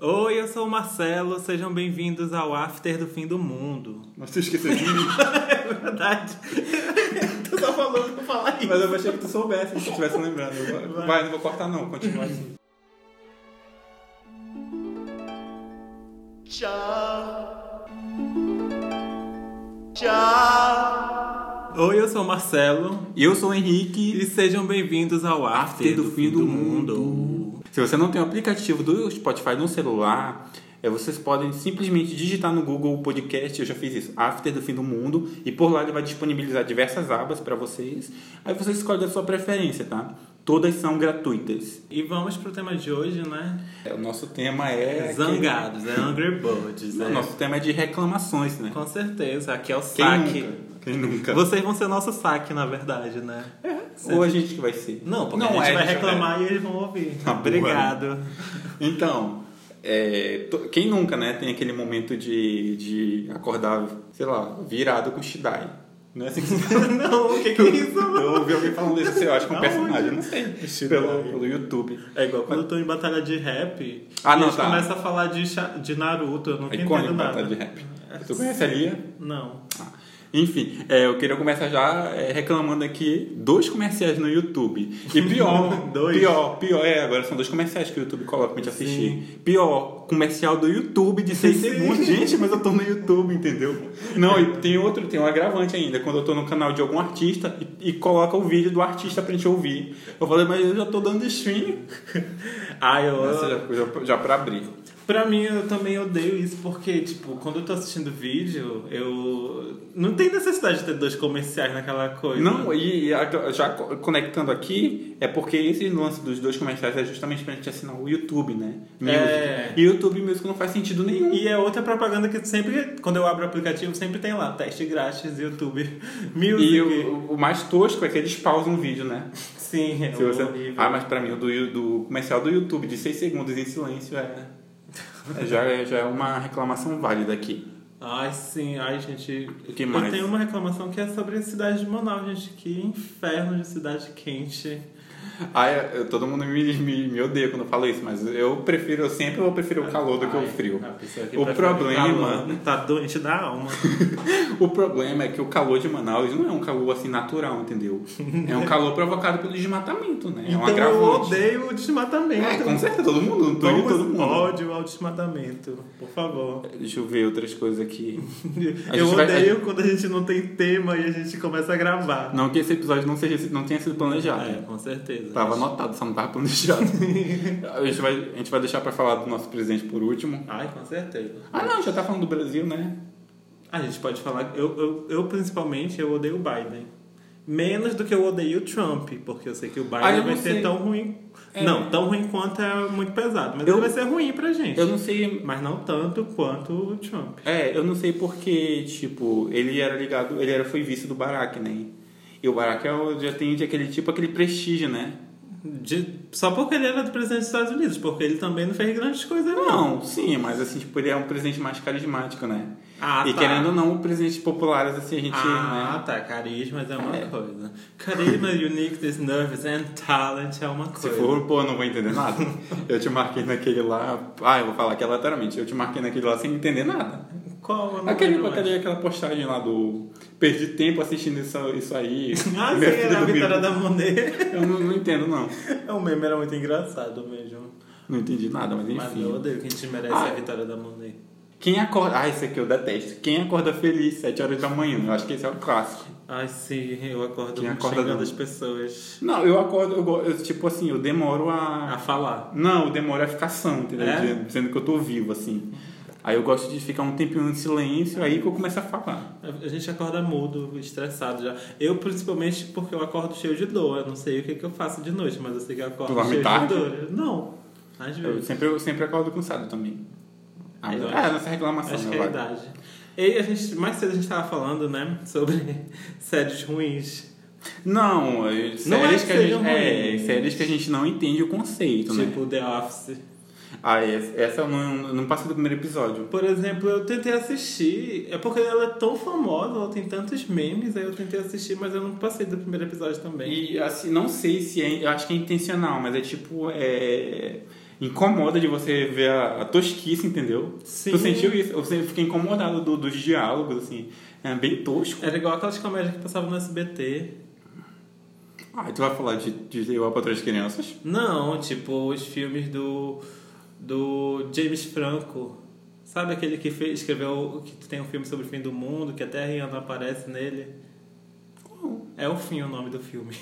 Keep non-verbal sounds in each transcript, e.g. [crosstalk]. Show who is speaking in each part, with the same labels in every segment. Speaker 1: Oi, eu sou o Marcelo, sejam bem-vindos ao After do Fim do Mundo. [laughs]
Speaker 2: Mas tu esqueceu de mim.
Speaker 1: É [laughs] verdade. tu só falou pra falar
Speaker 2: Mas eu achei que tu soubesse, se tu tivesse lembrado. Eu- Vai, não vou cortar não, continua assim.
Speaker 1: Oi, eu sou o Marcelo
Speaker 2: Eu sou o Henrique.
Speaker 1: e sejam bem-vindos ao After, do, Fim do, mundo.
Speaker 2: Se você não tem o aplicativo do Spotify no celular, é, vocês podem simplesmente digitar no Google o podcast, eu já fiz isso, After do Fim do Mundo, e por lá ele vai disponibilizar diversas abas para vocês. Aí você escolhe a sua preferência, tá? Todas são gratuitas.
Speaker 1: E vamos pro tema de hoje, né?
Speaker 2: É, O nosso tema é...
Speaker 1: Zangados, é Angry Birds,
Speaker 2: Não,
Speaker 1: né?
Speaker 2: nosso tema é de reclamações, né?
Speaker 1: Com certeza, aqui é o
Speaker 2: Quem
Speaker 1: saque.
Speaker 2: nunca? Quem nunca?
Speaker 1: Vocês vão ser nosso saque, na verdade, né?
Speaker 2: Ou a gente que vai ser?
Speaker 1: Não, porque a gente
Speaker 2: é,
Speaker 1: vai Ah, reclamar e eles vão ouvir.
Speaker 2: Tá bom,
Speaker 1: [laughs] Obrigado.
Speaker 2: Então, é, to- quem nunca, né, tem aquele momento de, de acordar, sei lá, virado com Shidai. Não é assim que se fala.
Speaker 1: Não, o que, que é isso?
Speaker 2: [laughs] Eu ouvi alguém falando isso, eu acho que é um
Speaker 1: Aonde?
Speaker 2: personagem, eu não sei.
Speaker 1: Shidai.
Speaker 2: Pelo, pelo YouTube.
Speaker 1: É igual quando eu tô em batalha de rap,
Speaker 2: Ah, não,
Speaker 1: eles
Speaker 2: tá.
Speaker 1: começam a falar de, cha- de Naruto, eu não
Speaker 2: É
Speaker 1: entendo
Speaker 2: icônico
Speaker 1: nada. É.
Speaker 2: batalha de rap. Tu conhece a Lia?
Speaker 1: Não. [laughs]
Speaker 2: Ah, Enfim, é, eu queria começar já é, reclamando aqui dois comerciais no YouTube. E [laughs] pior,
Speaker 1: Dois.
Speaker 2: pior, pior. É, agora são dois comerciais que o YouTube coloca pra gente assistir.
Speaker 1: Sim.
Speaker 2: Pior, comercial do YouTube de [laughs] seis
Speaker 1: Sim.
Speaker 2: segundos. Gente, mas eu tô no YouTube, entendeu? Não, e tem outro, tem um agravante ainda. Quando eu tô no canal de algum artista e, e coloca o vídeo do artista pra gente ouvir. Eu falei, mas eu já tô dando stream.
Speaker 1: Ah, eu.
Speaker 2: Nossa, já, já, já pra abrir.
Speaker 1: Pra mim, eu também odeio isso, porque, tipo, quando eu tô assistindo vídeo, eu. Não tem necessidade de ter dois comerciais naquela coisa.
Speaker 2: Não, e e a- já co- conectando aqui, é porque esse lance dos dois comerciais é justamente pra gente assinar o YouTube, né? Music.
Speaker 1: É.
Speaker 2: E YouTube Music não faz sentido nenhum.
Speaker 1: E é outra propaganda que sempre, quando eu abro o aplicativo, sempre tem lá, teste grátis, YouTube, [laughs] music.
Speaker 2: E o, o mais tosco é que eles pausam o vídeo, né?
Speaker 1: Sim, é
Speaker 2: Se você-
Speaker 1: horrível.
Speaker 2: Ah, mas pra mim o do, Yu- do comercial do YouTube de 6 segundos em silêncio é. é, já, é- já é uma reclamação válida aqui.
Speaker 1: Ai, sim, ai, gente.
Speaker 2: O que mais?
Speaker 1: Eu tenho uma reclamação que é sobre a cidade de Manaus, gente. Que inferno de cidade quente.
Speaker 2: Ah, eu- eu- todo mundo me, me, me odeia quando eu falo isso, mas eu prefiro, eu sempre vou preferir o calor do que o
Speaker 1: Ai,
Speaker 2: frio.
Speaker 1: a pessoa que
Speaker 2: O
Speaker 1: prefere
Speaker 2: problema-
Speaker 1: calor Tá doente da alma.
Speaker 2: O problema é que o calor de Manaus não é um calor assim natural, entendeu? É um calor provocado pelo desmatamento, né? É um
Speaker 1: então eu
Speaker 2: agravante.
Speaker 1: odeio o desmatamento.
Speaker 2: É, com certeza, todo mundo, não tô indo
Speaker 1: Vamos,
Speaker 2: todo mundo.
Speaker 1: ódio ao desmatamento, por favor.
Speaker 2: Deixa eu ver outras coisas aqui. A
Speaker 1: eu
Speaker 2: gente vai-
Speaker 1: odeio quando a gente não tem tema e a gente começa a gravar.
Speaker 2: Não que esse episódio não, seja, não tenha sido planejado.
Speaker 1: É, com certeza.
Speaker 2: Tá. Tava anotado, só não tava
Speaker 1: [laughs]
Speaker 2: planejado. a, gente vai, a gente vai deixar pra falar do nosso presidente por último.
Speaker 1: Ai, com certeza.
Speaker 2: Ah não, já tá falando do Brasil, né?
Speaker 1: A gente pode falar. Eu, eu, eu, principalmente, eu odeio o Biden. Menos do que eu odeio o Trump, porque eu sei que o Biden
Speaker 2: Ah, eu não
Speaker 1: vai ser
Speaker 2: sei.
Speaker 1: tão ruim.
Speaker 2: É.
Speaker 1: Não, tão ruim quanto é muito pesado, mas
Speaker 2: Eu-
Speaker 1: ele vai ser ruim pra gente.
Speaker 2: Eu não sei
Speaker 1: Mas não tanto quanto o Trump.
Speaker 2: É, eu não sei porque, tipo, ele era ligado, ele era foi vice do Barack, né? E o Barack é o- já tem de aquele tipo, aquele prestígio, né?
Speaker 1: De- Só porque ele era do presidente dos Estados Unidos, porque ele também não fez grandes coisas, não.
Speaker 2: Não, sim, mas assim, tipo, ele é um presidente mais carismático, né?
Speaker 1: Ah,
Speaker 2: e
Speaker 1: tá.
Speaker 2: querendo ou não, presidentes populares, assim, a gente,
Speaker 1: Ah,
Speaker 2: né?
Speaker 1: tá. Carisma é uma
Speaker 2: É.
Speaker 1: coisa.
Speaker 2: [laughs]
Speaker 1: Carisma, uniqueness, nerves and talent é uma
Speaker 2: Se
Speaker 1: coisa.
Speaker 2: for, pô, eu não vou entender nada. eu te marquei naquele lá. Ah, eu vou falar aqui aleatoriamente. Eu te marquei naquele lá sem entender nada.
Speaker 1: Qual? um? Eu não
Speaker 2: Aquele,
Speaker 1: lembro mais.
Speaker 2: aquele, aquela postagem lá do. Perdi tempo assistindo isso, isso aí.
Speaker 1: Ah, sim,
Speaker 2: Minha filha [laughs]
Speaker 1: era a
Speaker 2: dormindo.
Speaker 1: vitória da Monet.
Speaker 2: Eu não, não entendo, não.
Speaker 1: É, o meme era muito engraçado mesmo.
Speaker 2: Não entendi nada, mas enfim.
Speaker 1: Mas eu odeio que a gente merece
Speaker 2: Ah.
Speaker 1: a vitória da Monet.
Speaker 2: Quem acorda. Ah, esse aqui eu detesto. Quem acorda feliz 7 horas da manhã? Eu acho que esse é o clássico.
Speaker 1: Ai, sim, eu acordo
Speaker 2: Quem
Speaker 1: Quem
Speaker 2: acorda
Speaker 1: xingando
Speaker 2: não.
Speaker 1: as pessoas
Speaker 2: Não, eu acordo, eu, go- eu, tipo assim, eu demoro
Speaker 1: a
Speaker 2: a.
Speaker 1: falar.
Speaker 2: Não, eu demoro a ficar sã, entendeu?
Speaker 1: É?
Speaker 2: Dizendo- Dizendo que eu tô vivo, assim. Aí eu gosto de ficar um tempinho em silêncio, aí que eu começo a falar.
Speaker 1: A gente acorda mudo, estressado já. Eu, principalmente, porque eu acordo cheio de dor. Eu não sei o que, que eu faço de noite, mas eu sei que eu
Speaker 2: Tu
Speaker 1: acordo
Speaker 2: dorme
Speaker 1: cheio
Speaker 2: tarde?
Speaker 1: de dor. Não, às
Speaker 2: Eu
Speaker 1: vezes.
Speaker 2: sempre, eu sempre acordo cansado também. Ah,
Speaker 1: Eu
Speaker 2: mas-
Speaker 1: acho-
Speaker 2: ah, nossa reclamação,
Speaker 1: Acho
Speaker 2: né,
Speaker 1: que é a
Speaker 2: Wagner?
Speaker 1: idade. E a gente, mais cedo a gente tava falando, né, sobre [laughs] séries ruins.
Speaker 2: Não, é, séries,
Speaker 1: Não é que
Speaker 2: que a
Speaker 1: seja
Speaker 2: gente, é,
Speaker 1: ruim.
Speaker 2: séries que a gente não entende o conceito, né?
Speaker 1: Tipo The Office.
Speaker 2: Ah, essa essa eu não, eu não passa do primeiro episódio.
Speaker 1: Por exemplo, eu tentei assistir, é porque ela é tão famosa, ela tem tantos memes, aí eu tentei assistir, mas eu não passei do primeiro episódio também.
Speaker 2: E assim, não sei se é, eu acho que é intencional, mas é tipo, é, incomoda de você ver a, a tosquice, entendeu?
Speaker 1: Sim.
Speaker 2: Tu sentiu isso? Eu sempre fiquei incomodado do- dos diálogos, assim. É bem tosco.
Speaker 1: Era igual aquelas comédias que passavam no SBT.
Speaker 2: Ah, tu vai falar de, de Eu, a Patroa das Crianças?
Speaker 1: Não, tipo os filmes do do James Franco. Sabe aquele que fez, escreveu que tem um filme sobre o fim do mundo, que até a Rihanna aparece nele? É o fim o nome do filme.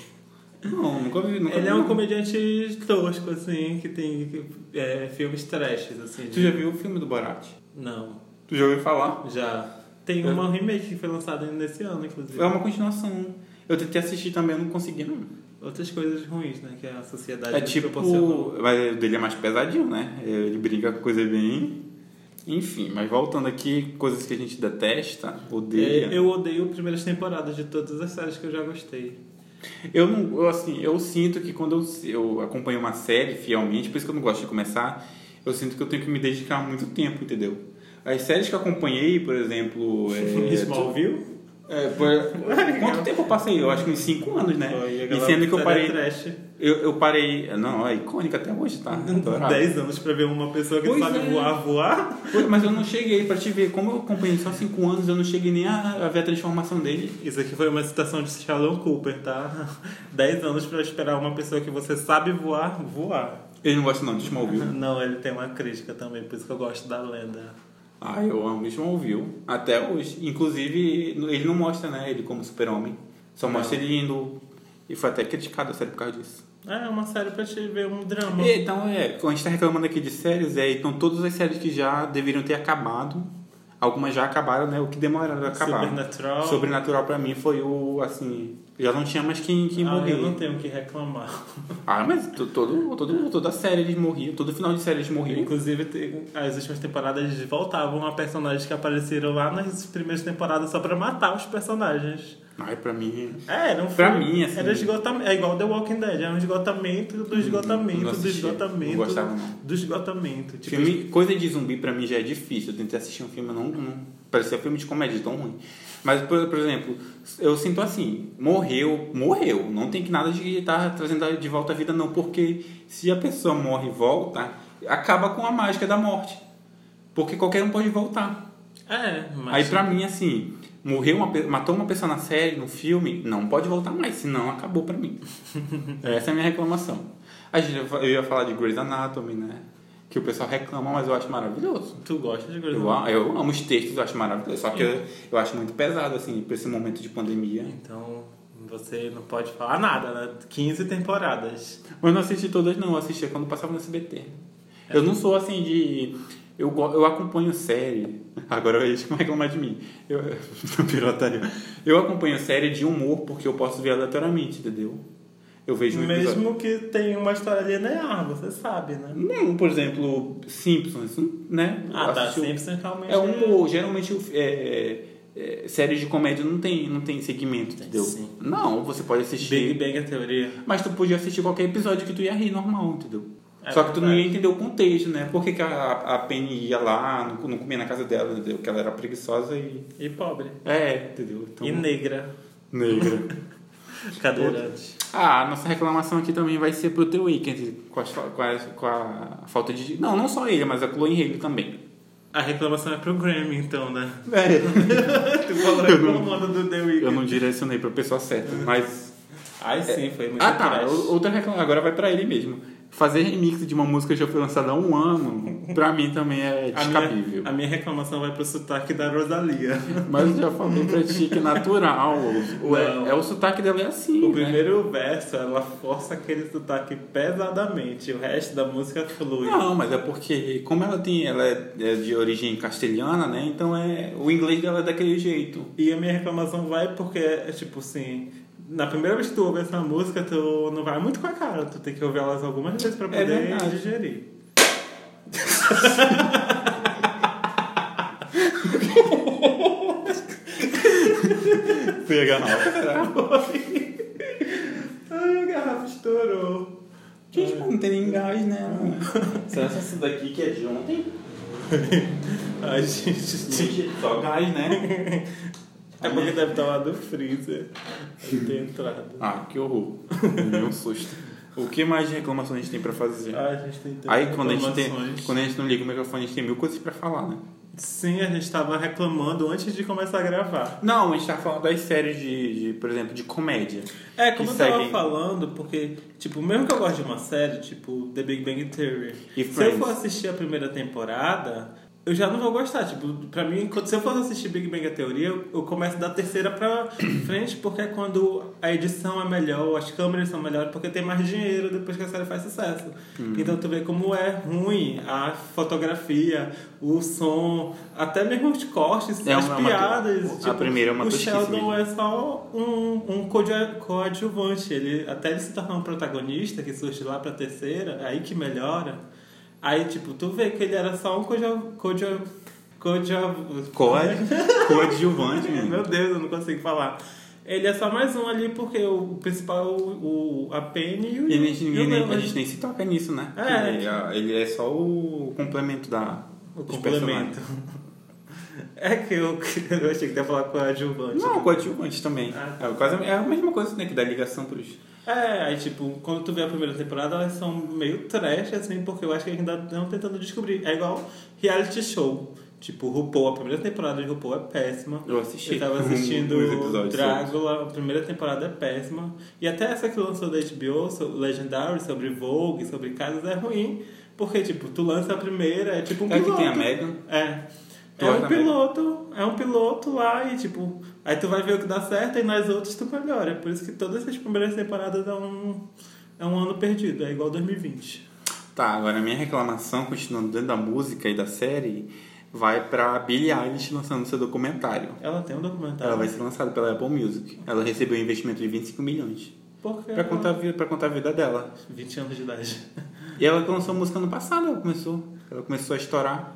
Speaker 2: Não, nunca vi. Nunca
Speaker 1: Ele
Speaker 2: vi,
Speaker 1: é um
Speaker 2: não.
Speaker 1: comediante tosco, assim, que tem é, filmes trashes, assim.
Speaker 2: Tu já viu o filme do Borat?
Speaker 1: Não,
Speaker 2: Tu já ouviu falar?
Speaker 1: já. Tem
Speaker 2: Eu-
Speaker 1: uma remake que foi lançada nesse ano, inclusive.
Speaker 2: É uma continuação. Eu tentei assistir também, eu não consegui, não.
Speaker 1: Outras coisas ruins, né? Que a sociedade
Speaker 2: É
Speaker 1: nos
Speaker 2: tipo.
Speaker 1: proporcionou.
Speaker 2: Mas o dele é mais pesadinho, né? Ele brinca com coisa bem. Enfim, mas voltando aqui, coisas que a gente detesta, odeia.
Speaker 1: É, eu odeio primeiras temporadas de todas as séries que eu já gostei.
Speaker 2: Eu não, eu, assim, eu sinto que quando eu, eu acompanho uma série fielmente, por isso que eu não gosto de começar, eu sinto que eu tenho que me dedicar muito tempo, entendeu? As séries que eu acompanhei,
Speaker 1: [laughs]
Speaker 2: por exemplo. É,
Speaker 1: Smallville?
Speaker 2: é, por- quanto tempo eu passei? Eu acho que uns 5 anos, né?
Speaker 1: Foi
Speaker 2: E
Speaker 1: aquela é
Speaker 2: sendo que é eu
Speaker 1: série
Speaker 2: parei.
Speaker 1: Trash.
Speaker 2: Eu, eu parei. Não, é icônica até hoje, tá?
Speaker 1: [laughs]
Speaker 2: Adorava.
Speaker 1: 10 anos pra ver uma pessoa que
Speaker 2: Pois
Speaker 1: sabe
Speaker 2: é.
Speaker 1: voar, voar.
Speaker 2: Pô, Mas eu não cheguei pra te ver. Como eu acompanhei só 5 anos, eu não cheguei nem a, a ver a transformação dele.
Speaker 1: Isso aqui foi uma citação de Sheldon Cooper, tá? [laughs] 10 anos pra esperar uma pessoa que você sabe voar, voar.
Speaker 2: Ele não gosta não de Smallville.
Speaker 1: Não, ele tem uma crítica também, por isso que eu gosto da lenda.
Speaker 2: Ah, eu amo Smallville. Até hoje. Inclusive, ele não mostra, né? Ele como super-homem. Só mostra ele indo. E foi até criticado a série por causa disso.
Speaker 1: É uma série pra te ver um drama.
Speaker 2: E, então, é. A gente tá reclamando aqui de séries, é. Então, todas as séries que já deveriam ter acabado. Algumas já acabaram, né? O que demoraram a acabar.
Speaker 1: Supernatural.
Speaker 2: Sobrenatural pra mim foi o, assim... Já não tinha mais quem, quem
Speaker 1: ah,
Speaker 2: morrer.
Speaker 1: eu não tenho o que reclamar.
Speaker 2: Ah, mas to- todo, todo, toda série eles morriam, todo final de série eles morriam.
Speaker 1: Inclusive, te- as últimas temporadas eles voltavam a personagens que apareceram lá nas primeiras temporadas só pra matar os personagens.
Speaker 2: Ai, pra mim.
Speaker 1: É, era um
Speaker 2: Pra
Speaker 1: filme-
Speaker 2: mim, assim- Hum,
Speaker 1: Era esgotamento. É igual The Walking Dead, é um esgotamento do esgotamento,
Speaker 2: não
Speaker 1: do
Speaker 2: assisti,
Speaker 1: esgotamento.
Speaker 2: não gostava, não.
Speaker 1: Do esgotamento. Tipo,
Speaker 2: Filme, coisa de zumbi pra mim já é difícil. Eu tentei assistir um filme, não. não parecia filme de comédia tão ruim. Mas, por, por exemplo, eu sinto assim: morreu, morreu. Não tem que nada de estar trazendo de volta a vida, não. Porque se a pessoa morre e volta, acaba com a mágica da morte. Porque qualquer um pode voltar.
Speaker 1: É, mas.
Speaker 2: Aí pra mim, assim, morreu uma, pe- matou uma pessoa na série, no filme, não pode voltar mais, senão acabou pra mim. Essa é a minha reclamação. A gente, eu ia falar de Grey's Anatomy, né? Que o pessoal reclama, mas eu acho maravilhoso.
Speaker 1: Tu gosta de Grey's
Speaker 2: Eu, a- eu amo os textos, eu acho maravilhoso. Só que eu, eu acho muito pesado, assim, pra esse momento de pandemia.
Speaker 1: Então, você não pode falar nada, né? 15 temporadas.
Speaker 2: Mas eu não assisti todas, não. Eu assistia quando passava no SBT. Eu não sou assim de. Eu, go- eu acompanho série. [laughs] Agora eles vão reclamar de mim. Eu, [laughs] pirataria. Eu acompanho série de humor porque eu posso ver aleatoriamente, entendeu? Eu vejo um episódio.
Speaker 1: Mesmo que tenha uma história linear, você sabe, né?
Speaker 2: Não, por exemplo, Simpsons, né?
Speaker 1: Ah,
Speaker 2: Eu
Speaker 1: tá.
Speaker 2: assisti o-
Speaker 1: Simpsons realmente.
Speaker 2: É humor. Geralmente o- é, é, é, séries de comédia não tem, não tem segmento, entendeu?
Speaker 1: sim.
Speaker 2: Não, você pode assistir.
Speaker 1: Big Bang é teoria.
Speaker 2: Mas tu podia assistir qualquer episódio que tu ia rir normal, entendeu?
Speaker 1: É
Speaker 2: Só que tu não ia
Speaker 1: verdade.
Speaker 2: entender o contexto, né? Por que, que a, a Penny ia lá, não, não comia na casa dela, entendeu? Porque ela era preguiçosa e.
Speaker 1: E pobre.
Speaker 2: É, entendeu? Então...
Speaker 1: E negra. [laughs]
Speaker 2: negra.
Speaker 1: Cadeirante.
Speaker 2: ah, a nossa reclamação aqui também vai ser pro The Weeknd, com, as fa- com, as- com a falta de. Não, não só ele, mas a Chloe Haley também.
Speaker 1: A reclamação é pro Grammy, então, né?
Speaker 2: [laughs] É.
Speaker 1: tu falou reclamando do The
Speaker 2: Eu
Speaker 1: Weeknd.
Speaker 2: não direcionei pra pessoa certa, mas.
Speaker 1: Ai, Uhum. É, sim, foi muito
Speaker 2: ah, tá.
Speaker 1: trash.
Speaker 2: o- Outra reclamação. Agora vai pra ele mesmo. Fazer remix de uma música que já foi lançada há um ano, pra mim também é
Speaker 1: A
Speaker 2: descabível.
Speaker 1: minha, a minha reclamação vai pro sotaque da Rosalia.
Speaker 2: Mas eu já falei pra ti que é natural. [laughs] O- o-
Speaker 1: Não.
Speaker 2: é, é o sotaque dela é assim.
Speaker 1: [laughs] O
Speaker 2: né?
Speaker 1: primeiro verso, ela força aquele sotaque pesadamente. O resto da música flui.
Speaker 2: Não, mas é porque, como ela tem, ela é é de origem castelhana, né? Então é o inglês dela é daquele jeito.
Speaker 1: E a minha reclamação vai porque, é tipo assim... Na primeira vez que tu ouve essa música, tu não vai muito com a cara. Tu tem que ouvir elas algumas vezes pra
Speaker 2: É
Speaker 1: poder
Speaker 2: verdade.
Speaker 1: digerir.
Speaker 2: Foi a garrafa.
Speaker 1: Ai, a garrafa estourou.
Speaker 2: [laughs] Gente, mas não tem nem gás, né? Será que essa daqui que é de ontem?
Speaker 1: Ai, gente.
Speaker 2: Gente, Só gás, né?
Speaker 1: É porque deve estar lá do freezer. Deve ter entrado.
Speaker 2: Ah, que horror. Me deu um susto. O que mais de reclamação a gente tem pra fazer?
Speaker 1: Ah, a gente tem tantas
Speaker 2: Aí quando a, gente tem,
Speaker 1: reclamações.
Speaker 2: quando a gente não liga o microfone, a gente tem mil coisas pra falar, né?
Speaker 1: Sim, a gente tava reclamando antes de começar a gravar.
Speaker 2: Não, a gente tá falando das séries de, de, por exemplo, de comédia.
Speaker 1: É, como
Speaker 2: Que
Speaker 1: eu tava
Speaker 2: seguem-
Speaker 1: falando, porque, tipo, mesmo que eu goste de uma série, tipo The Big Bang Theory,
Speaker 2: E
Speaker 1: se eu
Speaker 2: Friends.
Speaker 1: for assistir a primeira temporada, eu já não vou gostar. Tipo, pra mim, quando- se eu for assistir Big Bang Theory, eu, eu começo da terceira
Speaker 2: [coughs]
Speaker 1: pra frente, porque é quando a edição é melhor, as câmeras são melhores, porque tem mais dinheiro depois que a série faz sucesso.
Speaker 2: Hum.
Speaker 1: Então tu vê como é ruim a fotografia, o som, até mesmo os cortes,
Speaker 2: É
Speaker 1: as
Speaker 2: uma- é uma-
Speaker 1: piadas. tipo,
Speaker 2: a primeira é uma
Speaker 1: O
Speaker 2: tosquice
Speaker 1: Sheldon
Speaker 2: mesmo.
Speaker 1: é só um, um coadju- coadjuvante. Ele, até ele se tornar um protagonista, que surge lá pra terceira, aí que melhora. Aí, tipo, tu vê que ele era só um coadju- coadju- coadju-
Speaker 2: Code, coadjuvante,
Speaker 1: [laughs]
Speaker 2: mano.
Speaker 1: Meu Deus, eu não consigo falar. Ele é só mais um ali, porque o principal, é o, o- a Penny e o...
Speaker 2: E a gente,
Speaker 1: e o
Speaker 2: ninguém, nem, a
Speaker 1: Leonard.
Speaker 2: gente nem se toca nisso, né?
Speaker 1: É.
Speaker 2: Ele, ele é só o complemento da.
Speaker 1: O
Speaker 2: dos
Speaker 1: complemento. [laughs] É que eu, [laughs] eu achei que tu ia falar coadjuvante.
Speaker 2: Não, coadjuvante também.
Speaker 1: Ah,
Speaker 2: É, quase, é a mesma coisa né, que dá ligação pros.
Speaker 1: É, aí tipo, quando tu vê a primeira temporada, elas são meio trash, assim, porque eu acho que ainda estão tentando descobrir. É igual reality show. Tipo, RuPaul, a primeira temporada de RuPaul é péssima.
Speaker 2: Eu assisti.
Speaker 1: Eu tava
Speaker 2: um-
Speaker 1: assistindo
Speaker 2: uns episódios
Speaker 1: Drácula, a primeira temporada é péssima. E até essa que lançou da HBO, so- Legendary, sobre Vogue, sobre casas, é ruim. Porque, tipo, tu lança a primeira, é tipo um
Speaker 2: É que tem
Speaker 1: piloto.
Speaker 2: a Megan.
Speaker 1: É.
Speaker 2: Tu
Speaker 1: é
Speaker 2: gosta
Speaker 1: um
Speaker 2: da Megan?
Speaker 1: piloto, é um piloto lá e, tipo, aí tu vai ver o que dá certo e nas outras tu melhora. É por isso que todas essas primeiras temporadas é um, é um ano perdido, é igual 2020.
Speaker 2: Tá, agora a minha reclamação, continuando dentro da música e da série, vai pra Billie Eilish lançando seu documentário.
Speaker 1: Ela tem um documentário.
Speaker 2: Ela vai ser lançada pela Apple Music. Ela recebeu um investimento de 25 milhões
Speaker 1: Porque
Speaker 2: pra contar, a vida- pra contar a vida dela.
Speaker 1: 20 anos de idade. [laughs]
Speaker 2: E ela que lançou música ano passado, ela começou. Ela começou a estourar.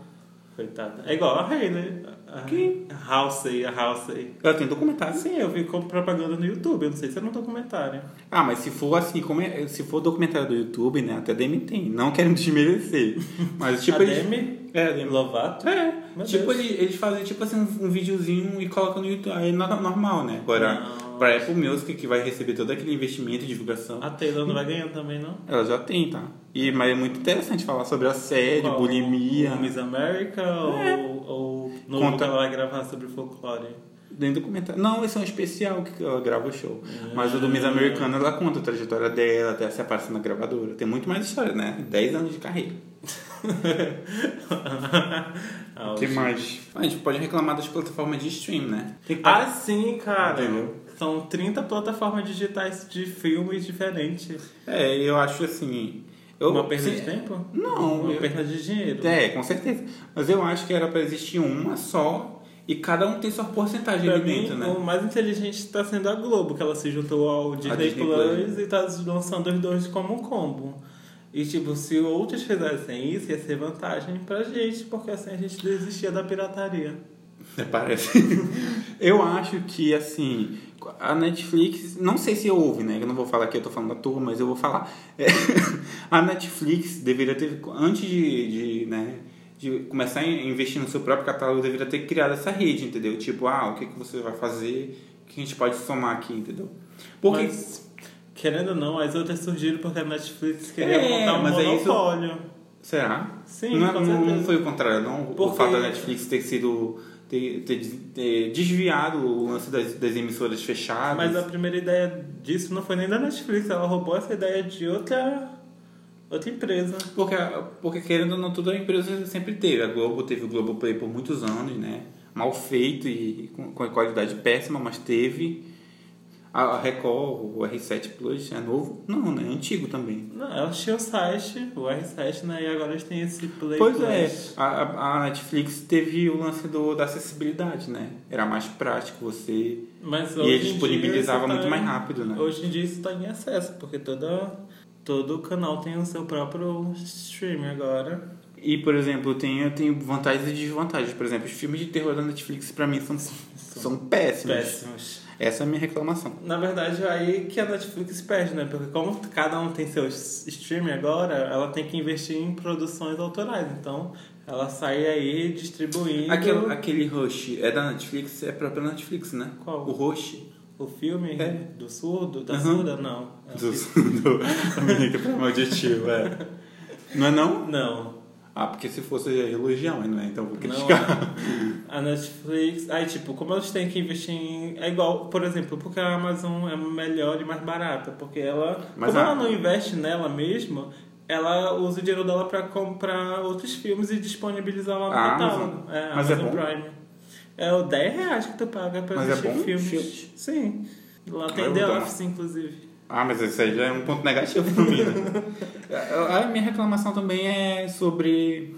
Speaker 1: Coitada. É igual a Hayley. A-
Speaker 2: Quem?
Speaker 1: A Halsey, a Halsey.
Speaker 2: Ela tem documentário.
Speaker 1: Sim, eu vi como propaganda no YouTube, eu não sei se era um documentário.
Speaker 2: Ah, mas se for assim, como é- se for documentário do YouTube, né? Até DM tem. Não querendo [laughs] desmerecer. Mas tipo,
Speaker 1: a
Speaker 2: eles.
Speaker 1: Demi
Speaker 2: É, a Demi.
Speaker 1: Lovato?
Speaker 2: É,
Speaker 1: Meu
Speaker 2: tipo,
Speaker 1: Deus.
Speaker 2: ele- eles fazem tipo assim um, um videozinho e colocam no YouTube. Aí no- normal, né? Agora,
Speaker 1: Não.
Speaker 2: pra Apple Music, que vai receber todo aquele investimento e divulgação,
Speaker 1: A Taylor não vai ganhar também, não?
Speaker 2: ela já tem, tá? E, mas é muito interessante falar sobre assédio,
Speaker 1: Qual?
Speaker 2: É bulimia.
Speaker 1: O Miss America
Speaker 2: É.
Speaker 1: ou, ou no
Speaker 2: Conta-
Speaker 1: Conta... que ela vai gravar sobre
Speaker 2: [laughs]
Speaker 1: folclore?
Speaker 2: Dentro do documentário. Não, esse é um especial que ela grava o show.
Speaker 1: Ah.
Speaker 2: Mas o do Miss Americana, ela conta a trajetória dela até se aparecer na gravadora. Tem muito mais história, né? 10 anos de carreira.
Speaker 1: ah,
Speaker 2: O que mais? Ah, A gente pode reclamar das plataformas de stream, né? Tem que
Speaker 1: ah, sim, cara.
Speaker 2: Entendeu?
Speaker 1: São 30 plataformas digitais de filmes diferentes.
Speaker 2: É, eu acho assim. Eu,
Speaker 1: Uma perda de
Speaker 2: se-
Speaker 1: tempo?
Speaker 2: Não,
Speaker 1: Uma
Speaker 2: eu-
Speaker 1: perda de dinheiro.
Speaker 2: É, com certeza. Mas eu acho que era pra existir uma só e cada um tem sua porcentagem
Speaker 1: Pra
Speaker 2: ali
Speaker 1: mim,
Speaker 2: dentro,
Speaker 1: o
Speaker 2: né?
Speaker 1: mais inteligente está sendo a Globo, que ela se juntou ao Disney,
Speaker 2: Disney
Speaker 1: Plus,
Speaker 2: Plus.
Speaker 1: e tá lançando os dois como um combo. E, tipo, se outros fizessem isso, ia ser vantagem pra gente, porque assim a gente desistia da pirataria.
Speaker 2: [laughs] É, Parece. eu acho que, assim, a Netflix, não sei se houve, né? Eu não vou falar que eu tô falando da turma, mas eu vou falar. É, [laughs] a Netflix deveria ter, antes de, de, né? De começar a investir no seu próprio catálogo, deveria ter criado essa rede, entendeu? Tipo, ah, o que, que você vai fazer? O que a gente pode somar aqui, entendeu? Porque
Speaker 1: Mas, querendo ou não, as outras surgiram porque a Netflix queria
Speaker 2: É,
Speaker 1: montar um
Speaker 2: mas é isso-
Speaker 1: monopólio.
Speaker 2: Será?
Speaker 1: Sim,
Speaker 2: não, é-
Speaker 1: com
Speaker 2: não-
Speaker 1: certeza.
Speaker 2: não foi o contrário, não. O
Speaker 1: Porque-
Speaker 2: fato da Netflix ter sido. ter, ter des- ter desviado o lance das, das emissoras fechadas.
Speaker 1: Mas é a primeira ideia disso não foi nem da Netflix, ela roubou essa ideia de outra, outra empresa.
Speaker 2: Porque, porque querendo ou não, toda empresa sempre teve. A Globo teve o Globoplay por muitos anos, né? Mal feito e com, com qualidade péssima, mas teve. A a Record, o R7 Plus, é novo? Não, né? É antigo também.
Speaker 1: Não, ela tinha o site, o R7, né? E agora eles têm esse Play
Speaker 2: Pois
Speaker 1: Plus.
Speaker 2: é, a- a, a Netflix teve o lance do, da acessibilidade, né? Era mais prático você
Speaker 1: Mas
Speaker 2: E
Speaker 1: hoje
Speaker 2: ele
Speaker 1: em dia
Speaker 2: disponibilizava
Speaker 1: isso
Speaker 2: muito
Speaker 1: tá
Speaker 2: mais
Speaker 1: em-
Speaker 2: rápido, né?
Speaker 1: Hoje em dia isso está em acesso, porque toda, todo canal tem o seu próprio streaming agora.
Speaker 2: E, por exemplo, tem, tem vantagens e desvantagens. Por exemplo, os filmes de terror da Netflix, pra mim, são, são péssimos.
Speaker 1: Péssimos.
Speaker 2: Essa é a minha reclamação.
Speaker 1: Na verdade, é aí que a Netflix perde, né? Porque como cada um tem seu s- streaming agora, ela tem que investir em produções autorais. Então, ela sai aí distribuindo
Speaker 2: Aquele, aquele Rush é da Netflix? É próprio Netflix, né?
Speaker 1: Qual?
Speaker 2: O Rush.
Speaker 1: o filme
Speaker 2: É.
Speaker 1: do surdo, da
Speaker 2: Aham.
Speaker 1: surda, não. É
Speaker 2: Dos- [laughs] do, do menino que é malditivo, é. Não é não?
Speaker 1: Não.
Speaker 2: Ah, porque se fosse religião, mas não é, então eu vou
Speaker 1: Não,
Speaker 2: criticar.
Speaker 1: tipo, [laughs] a a Netflix. Aí, tipo, como eles têm que investir em. É igual, por exemplo, porque a Amazon é melhor e mais barata. Porque ela.
Speaker 2: Mas
Speaker 1: como
Speaker 2: a-
Speaker 1: ela não investe nela mesma, ela usa o dinheiro dela pra comprar outros filmes e disponibilizar lá no
Speaker 2: A
Speaker 1: catálogo.
Speaker 2: Amazon?
Speaker 1: É, a
Speaker 2: Mas é
Speaker 1: Amazon
Speaker 2: bom?
Speaker 1: Prime. É o 10 reais que tu paga pra
Speaker 2: Mas é
Speaker 1: assistir
Speaker 2: bom?
Speaker 1: filmes.
Speaker 2: Filmes?
Speaker 1: Sim. Lá
Speaker 2: Eu
Speaker 1: tem
Speaker 2: vou
Speaker 1: The
Speaker 2: dar.
Speaker 1: Office, inclusive.
Speaker 2: Ah, mas isso aí já é um ponto negativo pra mim, né? [laughs] A a minha reclamação também é sobre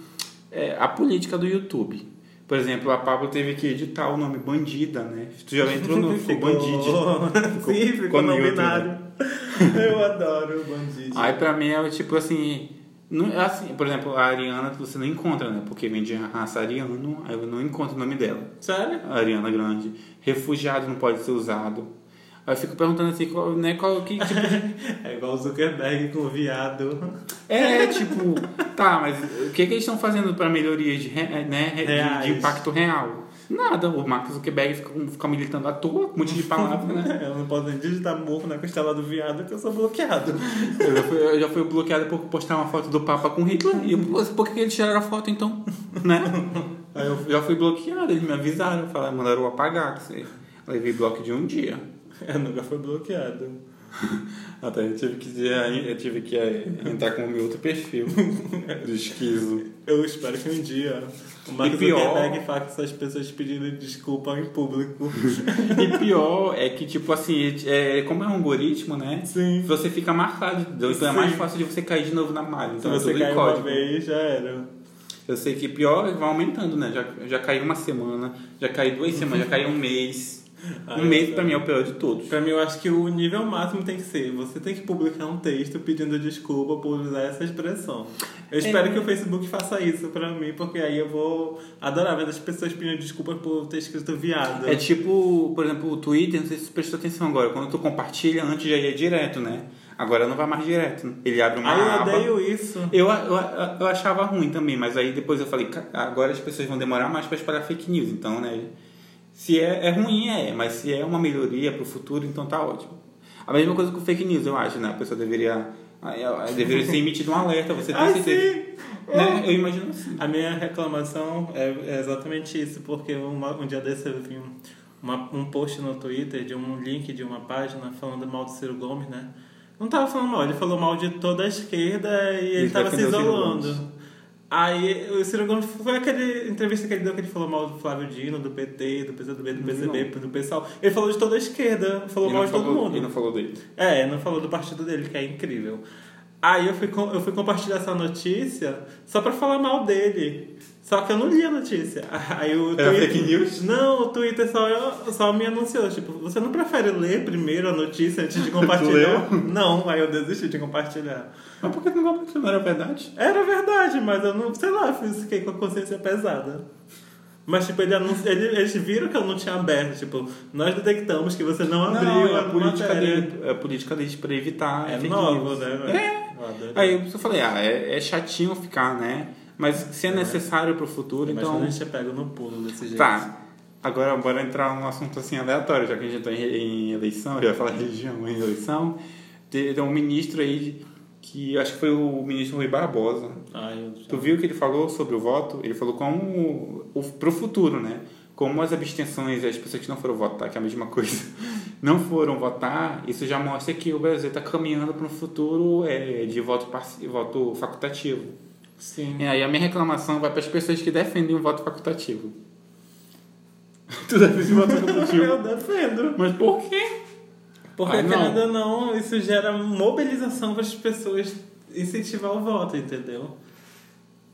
Speaker 2: é, a política do YouTube. Por exemplo, a Pablo teve que editar o nome Bandida, né? Tu já entrou no [laughs] ficou Bandide.
Speaker 1: [laughs] Sim, ficou
Speaker 2: ficou né?
Speaker 1: não
Speaker 2: neutro,
Speaker 1: binário. [laughs] Eu adoro o Bandide.
Speaker 2: Aí pra mim é tipo assim, não, é assim... Por exemplo, a Ariana você não encontra, né? Porque vem de raça ariano, aí eu não encontro o nome dela.
Speaker 1: Sério?
Speaker 2: A Ariana Grande. Refugiado não pode ser usado. Aí eu fico perguntando assim, qual, né, qual, que tipo [laughs]
Speaker 1: É igual o Zuckerberg com o viado.
Speaker 2: É, tipo, tá, mas o que, que eles estão fazendo pra melhoria de, re- né, de-
Speaker 1: Reais.
Speaker 2: de, impacto real? Nada, o Mark Zuckerberg fica, fica militando à toa, um monte de palavras, né?
Speaker 1: Eu não posso nem digitar morro na costela do viado que eu sou bloqueado. [laughs]
Speaker 2: Eu já, fui, eu já fui bloqueado por postar uma foto do Papa com Hitler. E eu, "Pô, por que eles tiraram a foto então? [laughs] Né? Aí eu já fui bloqueado, eles me avisaram, falaram, mandaram eu apagar. Que você... Levei bloco de um dia.
Speaker 1: Eu nunca fui bloqueado.
Speaker 2: Até eu tive que, eu tive que eh, entrar com o meu outro perfil [laughs] do esquizo.
Speaker 1: Eu espero que um dia o Mark
Speaker 2: E pior-
Speaker 1: Zuckerberg faça as pessoas pedindo desculpa em público. [laughs]
Speaker 2: E pior é que, tipo assim, é, como é um algoritmo, né?
Speaker 1: Sim.
Speaker 2: Você fica marcado, entendeu? Então é
Speaker 1: Sim.
Speaker 2: mais fácil de você cair de novo na malha.
Speaker 1: Se
Speaker 2: Então é
Speaker 1: você
Speaker 2: tudo em
Speaker 1: cair uma
Speaker 2: código.
Speaker 1: vez, já era.
Speaker 2: Eu sei que pior vai aumentando, né? Já, já caiu uma semana, já caiu duas semanas, já
Speaker 1: [laughs]
Speaker 2: caiu um mês.
Speaker 1: Ah,
Speaker 2: um mês
Speaker 1: eu
Speaker 2: pra mim é o pior de todos.
Speaker 1: Pra mim, eu acho que o nível máximo tem que ser: você tem que publicar um texto pedindo desculpa por usar essa expressão.
Speaker 2: É.
Speaker 1: Eu espero que o Facebook faça isso pra mim, porque aí eu vou adorar ver as pessoas pedindo desculpas por ter escrito viado.
Speaker 2: É tipo, por exemplo, o Twitter, não sei se você prestou atenção agora, quando tu compartilha, antes já ia direto, né? Agora não vai mais direto. né? Ele abre uma
Speaker 1: Aí eu
Speaker 2: aba.
Speaker 1: odeio isso.
Speaker 2: Eu, eu, eu achava ruim também, mas aí depois eu falei, "Ca- agora as pessoas vão demorar mais para espalhar fake news, então, né? Se é, é ruim, é, mas se é uma melhoria pro futuro, então tá ótimo. A mesma coisa com fake news, eu acho, né? A pessoa deveria, ah, é, deveria ser emitido um alerta, você tem
Speaker 1: Ah,
Speaker 2: certeza.
Speaker 1: sim!
Speaker 2: Né? Eu imagino assim.
Speaker 1: A minha reclamação é, é exatamente isso, porque uma- um dia desse eu vi um, uma- um post no Twitter de um link de uma página falando mal do Ciro Gomes, né? Não tava falando mal, ele falou mal de toda a esquerda e ele,
Speaker 2: Ele
Speaker 1: tava se
Speaker 2: defendeu o Ciro
Speaker 1: isolando. Aí o Ciro Gomes foi aquele entrevista que ele deu que ele falou mal do Flávio Dino, do PT, do PCdoB, do PCB, do pessoal. Ele falou de toda a esquerda, falou
Speaker 2: E
Speaker 1: mal
Speaker 2: não
Speaker 1: de todo
Speaker 2: falou-
Speaker 1: mundo.
Speaker 2: E não falou dele.
Speaker 1: É, não falou do partido dele, que é incrível. Aí eu fui, com- eu fui compartilhar essa notícia só pra falar mal dele. Só que eu não li a notícia. [laughs] Aí o
Speaker 2: Era fake news?
Speaker 1: Não, o Twitter só, só me anunciou. Tipo, você não prefere ler primeiro a notícia
Speaker 2: [laughs]
Speaker 1: antes de compartilhar? não, aí eu desisti de compartilhar.
Speaker 2: Mas por que tu não compartilhou? Não era verdade?
Speaker 1: Era verdade, mas eu não, sei lá, fiz- fiquei com a consciência pesada. Mas, tipo, ele anun- ele- eles viram que eu não tinha aberto. Tipo, nós detectamos que você não abriu
Speaker 2: Não, é
Speaker 1: a
Speaker 2: a política
Speaker 1: matéria.
Speaker 2: dele, é a política deles pra evitar
Speaker 1: É
Speaker 2: fake
Speaker 1: novo,
Speaker 2: news.
Speaker 1: né? velho?
Speaker 2: É.
Speaker 1: Eu adorei.
Speaker 2: Aí eu falei, ah, é, é chatinho ficar, né? Mas se é necessário pro futuro,
Speaker 1: Mas
Speaker 2: então.
Speaker 1: quando a gente é pego no pulo desse jeito.
Speaker 2: Tá. Agora bora entrar num assunto assim aleatório, já que a gente tá em, em eleição, eu ia falar [laughs] religião em eleição. Tem, tem um ministro aí de- que eu acho que foi o ministro Rui Barbosa.
Speaker 1: Ai, eu já-
Speaker 2: Tu viu o que ele falou sobre o voto? Ele falou como o, pro futuro, né? Como as abstenções e as pessoas que não foram votar, que é a mesma coisa, [laughs] não foram votar, isso já mostra que o Brasil está caminhando para um futuro é, de voto, parci- voto facultativo.
Speaker 1: Sim.
Speaker 2: E aí a minha reclamação vai para as pessoas que defendem o voto facultativo. tu defende o voto facultativo.
Speaker 1: É. [laughs] Eu defendo.
Speaker 2: Mas por quê?
Speaker 1: Porque,
Speaker 2: Ah, não.
Speaker 1: querendo ou tipo, não, isso gera mobilização para as pessoas incentivar o voto, entendeu?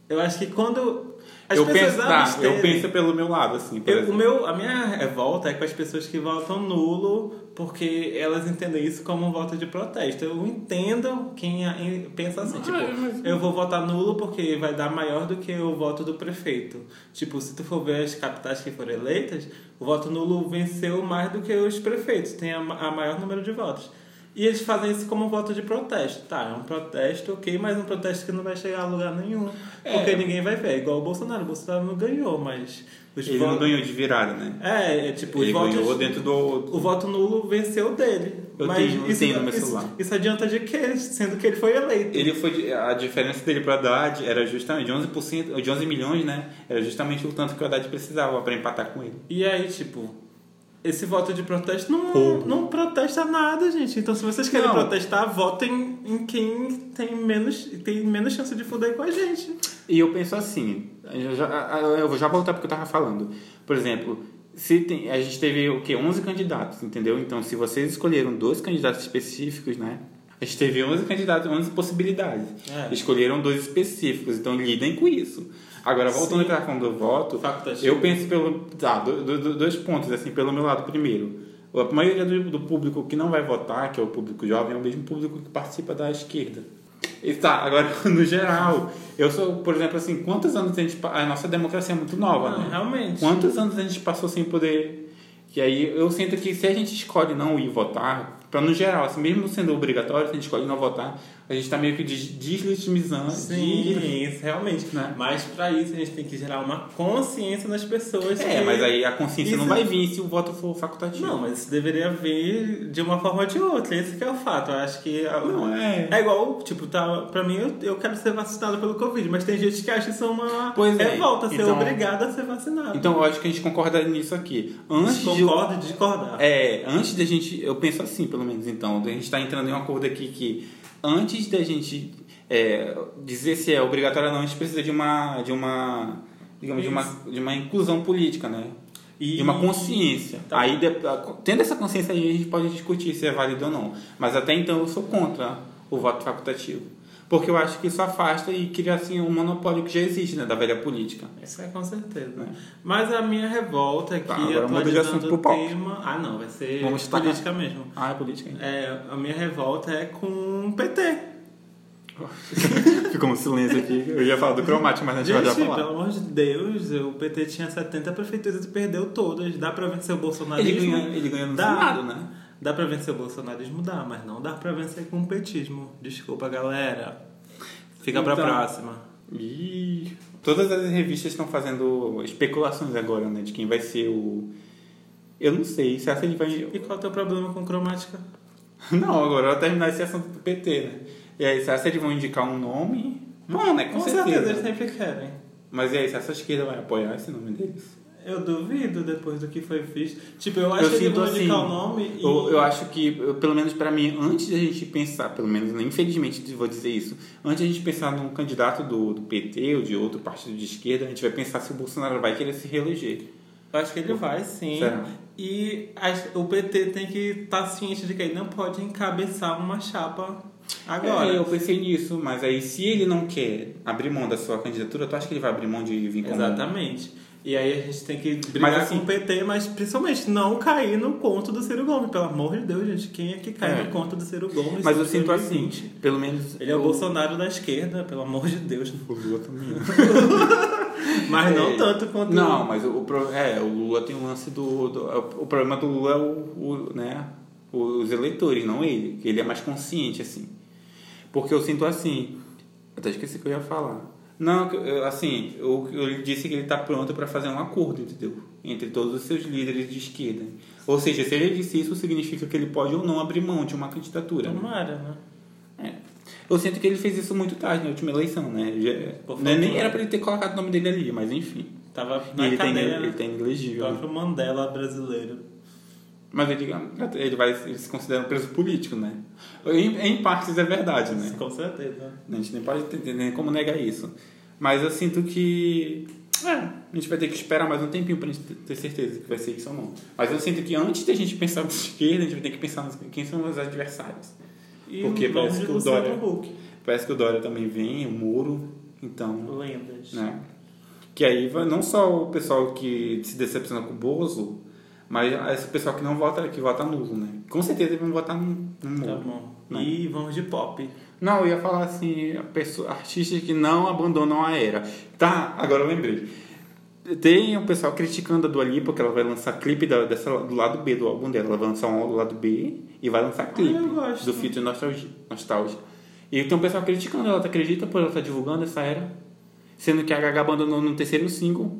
Speaker 1: Eu acho que quando. As
Speaker 2: eu
Speaker 1: pessoas
Speaker 2: penso, tá, eu
Speaker 1: absterem-
Speaker 2: penso pelo meu lado, assim, por
Speaker 1: Eu- o
Speaker 2: exemplo.
Speaker 1: meu, a minha revolta é com as pessoas que votam nulo porque elas entendem isso como um voto de protesto. Eu entendo quem a- em- pensa assim, tipo,
Speaker 2: é, mas-
Speaker 1: eu vou votar nulo porque vai dar maior do que o voto do prefeito. Tipo, se tu for ver as capitais que foram eleitas, o voto nulo venceu mais do que os prefeitos, tem a, ma- a maior número de votos. E eles fazem isso como um voto de protesto. Tá, é um protesto, ok, mas um protesto que não vai chegar a lugar nenhum. Porque ninguém vai ver. É Igual o Bolsonaro. O Bolsonaro não ganhou, mas os
Speaker 2: Ele não ganhou de virada, né?
Speaker 1: é, é tipo,
Speaker 2: Ele
Speaker 1: os votos,
Speaker 2: ganhou dentro do
Speaker 1: o voto nulo venceu dele.
Speaker 2: Eu
Speaker 1: Mas
Speaker 2: tenho, eu
Speaker 1: isso,
Speaker 2: tenho no meu
Speaker 1: isso-
Speaker 2: celular.
Speaker 1: isso adianta de quê? Sendo que ele foi eleito.
Speaker 2: Ele foi a diferença dele para Haddad era justamente de 11%, de 11 milhões, né? Era justamente o tanto que o Haddad precisava para empatar com ele.
Speaker 1: E aí, tipo, esse voto de protesto não,
Speaker 2: Roubo.
Speaker 1: não protesta nada, gente. Então, se vocês querem
Speaker 2: Não.
Speaker 1: protestar, votem em quem tem menos, tem menos chance de fuder com a gente.
Speaker 2: E eu penso assim, eu já, eu vou já voltar porque eu tava falando. Por exemplo, se tem, a gente teve o quê? 11 candidatos, entendeu? Então, se vocês escolheram dois candidatos específicos, né? A gente teve 11 candidatos, 11 possibilidades.
Speaker 1: É.
Speaker 2: Escolheram dois específicos, então lidem com isso. Agora, voltando
Speaker 1: Sim.
Speaker 2: à questão do voto,
Speaker 1: Facultativo.
Speaker 2: eu penso pelo tá, do- do- do- dois pontos assim pelo meu lado primeiro a maioria do, do público que não vai votar que é o público jovem é o mesmo público que participa da esquerda e tá agora [laughs] no geral eu sou por exemplo assim quantos anos a gente pa- a nossa democracia é muito nova
Speaker 1: Não,
Speaker 2: né
Speaker 1: realmente.
Speaker 2: quantos anos a gente passou sem poder e aí eu sinto que se a gente escolhe não ir votar para no geral assim mesmo sendo obrigatório se a gente escolhe não votar a gente tá meio que des- deslegitimizando des-
Speaker 1: Sim, isso realmente.
Speaker 2: Né?
Speaker 1: Mas pra isso a gente tem que gerar uma consciência nas pessoas.
Speaker 2: é
Speaker 1: que-
Speaker 2: mas aí a consciência não
Speaker 1: Isso-
Speaker 2: vai vir se o voto for facultativo
Speaker 1: Não, mas isso deveria vir de uma forma ou de outra. Esse que é o fato. Eu acho que. a-
Speaker 2: Não, é.
Speaker 1: É igual, tipo, tá, pra mim eu, eu quero ser vacinado pelo Covid, mas tem gente que acha isso uma
Speaker 2: Pois é.
Speaker 1: revolta, ser
Speaker 2: Então-
Speaker 1: obrigado a ser vacinado.
Speaker 2: Então eu acho que a gente concorda nisso aqui. Antes de
Speaker 1: Concordo e discordar.
Speaker 2: é, antes da gente, eu penso assim, pelo menos então, a gente está entrando em um acordo aqui que antes da gente é, dizer se é obrigatório ou não, a gente precisa de uma de uma digamos de uma, de uma inclusão política, né?
Speaker 1: E-
Speaker 2: De uma consciência.
Speaker 1: Tá.
Speaker 2: Aí de- tendo essa consciência aí a gente pode discutir se é válido ou não. Mas até então eu sou contra o voto facultativo, porque eu acho que isso afasta e cria assim um monopólio que já existe, né, da velha política.
Speaker 1: Isso é com certeza.
Speaker 2: É.
Speaker 1: Mas a minha revolta é aqui,
Speaker 2: Tá, agora muda de assunto
Speaker 1: atualizando
Speaker 2: pro
Speaker 1: o
Speaker 2: palco.
Speaker 1: tema. Ah, não, vai ser
Speaker 2: Vamos destacar.
Speaker 1: política mesmo.
Speaker 2: Ah, é política. hein?
Speaker 1: É, a minha revolta é com o PT.
Speaker 2: Ficou um silêncio aqui. Eu ia falar do cromático, mas a gente, vai já
Speaker 1: Gente,
Speaker 2: falar.
Speaker 1: pelo amor de Deus, o PT tinha 70 prefeituras e perdeu todas. Dá pra vencer o bolsonarismo?
Speaker 2: Ele ganha- ele ganha no
Speaker 1: dá.
Speaker 2: Senado, né?
Speaker 1: Dá pra vencer o bolsonarismo? Dá, mas não dá pra vencer com o petismo. Desculpa, galera. Fica pra
Speaker 2: Então.
Speaker 1: próxima.
Speaker 2: Ih, Todas as revistas estão fazendo especulações agora, né? De quem vai ser o. Eu não sei. Será que ele vai.
Speaker 1: E qual é o teu problema com cromática?
Speaker 2: Não, agora eu vou terminar esse assunto do PT, né? E aí, será que eles vão indicar um nome? Bom, né? Com,
Speaker 1: Com certeza,
Speaker 2: certeza.
Speaker 1: eles sempre querem.
Speaker 2: Mas e aí, será que a esquerda vai apoiar esse nome deles?
Speaker 1: Eu duvido depois do que foi visto. Tipo, eu acho que eles
Speaker 2: sinto
Speaker 1: vão
Speaker 2: assim,
Speaker 1: indicar o nome e.
Speaker 2: Eu, eu acho que, eu- pelo menos pra mim, antes da gente pensar, pelo menos, né, infelizmente vou dizer isso, antes da gente pensar num candidato do, do PT ou de outro partido de esquerda, a gente vai pensar se o Bolsonaro vai querer se reeleger.
Speaker 1: Eu acho que ele vai, sim.
Speaker 2: Será?
Speaker 1: E as- o PT tem que estar ciente de que ele não pode encabeçar uma chapa agora.
Speaker 2: É, eu pensei nisso, mas aí se ele não quer abrir mão da sua candidatura, tu acha que ele vai abrir mão de vir com
Speaker 1: Exatamente. E aí a gente tem que brigar
Speaker 2: é? Mas, assim,
Speaker 1: com o PT, mas principalmente não cair no conto do Ciro Gomes. Pelo amor de Deus, gente. Quem é que cai
Speaker 2: É.
Speaker 1: no conto do Ciro Gomes?
Speaker 2: Mas
Speaker 1: em
Speaker 2: eu sinto assim,
Speaker 1: 2020?
Speaker 2: pelo menos...
Speaker 1: Ele é o
Speaker 2: eu-
Speaker 1: Bolsonaro da esquerda, pelo amor de Deus.
Speaker 2: O Lula também. né?
Speaker 1: [laughs] Mas
Speaker 2: É.
Speaker 1: não tanto quanto...
Speaker 2: Não, mas o, o pro- é, o Lula tem um lance do, do- O problema do Lula é o, o, né, os eleitores, não ele. Que ele é mais consciente, assim. Porque eu sinto assim. Eu até esqueci o que eu ia falar. Não, que eu- assim, eu, eu disse que ele está pronto para fazer um acordo, entendeu? Entre todos os seus líderes de esquerda. Ou seja, se ele disse isso, significa que ele pode ou não abrir mão de uma candidatura.
Speaker 1: Tomara, né?
Speaker 2: É. Eu sinto que ele fez isso muito tarde na última eleição, né? Já,
Speaker 1: Por
Speaker 2: né, nem
Speaker 1: favor.
Speaker 2: era para ele ter colocado o nome dele ali, mas enfim.
Speaker 1: Tava
Speaker 2: E
Speaker 1: na
Speaker 2: ele tem,
Speaker 1: cadeia.
Speaker 2: ele tem
Speaker 1: O
Speaker 2: elegível.
Speaker 1: próprio Mandela brasileiro.
Speaker 2: Tá. Mas ele, ele, vai, ele se considera um preso político, né? Em, em partes é verdade, né?
Speaker 1: Com certeza.
Speaker 2: A gente nem pode ter nem como negar isso. Mas eu sinto que. É, a gente vai ter que esperar mais um tempinho pra gente ter- ter certeza que vai ser isso ou não. Mas eu sinto que antes da gente pensar na esquerda, a gente vai ter que pensar nos, quem são os adversários.
Speaker 1: E
Speaker 2: Porque
Speaker 1: vamos
Speaker 2: parece
Speaker 1: de
Speaker 2: que o
Speaker 1: Luciano
Speaker 2: Dória-
Speaker 1: Huck.
Speaker 2: Parece que o Dória também vem, o Moro. Então.
Speaker 1: Lendas.
Speaker 2: né? Que aí vai não só o pessoal que se decepciona com o Bozo, mas esse pessoal que não vota, que vota nulo, né? Com certeza eles vão votar no, no
Speaker 1: Tá
Speaker 2: Moro.
Speaker 1: bom.
Speaker 2: Né?
Speaker 1: E vamos de pop. [laughs]
Speaker 2: Não, eu ia falar assim, a pessoa- artistas que não abandonam a era. Tá, agora eu lembrei. Tem o pessoal criticando a Dua Lipa, que ela vai lançar clipe da- dessa, do lado B do álbum dela. Ela vai lançar um do lado B e vai lançar clipe
Speaker 1: eu gosto.
Speaker 2: do Feat Nostalgia. Nostalgia. E tem um pessoal criticando ela, tu acredita? Por ela tá divulgando essa era. Sendo que a Gaga abandonou no terceiro single.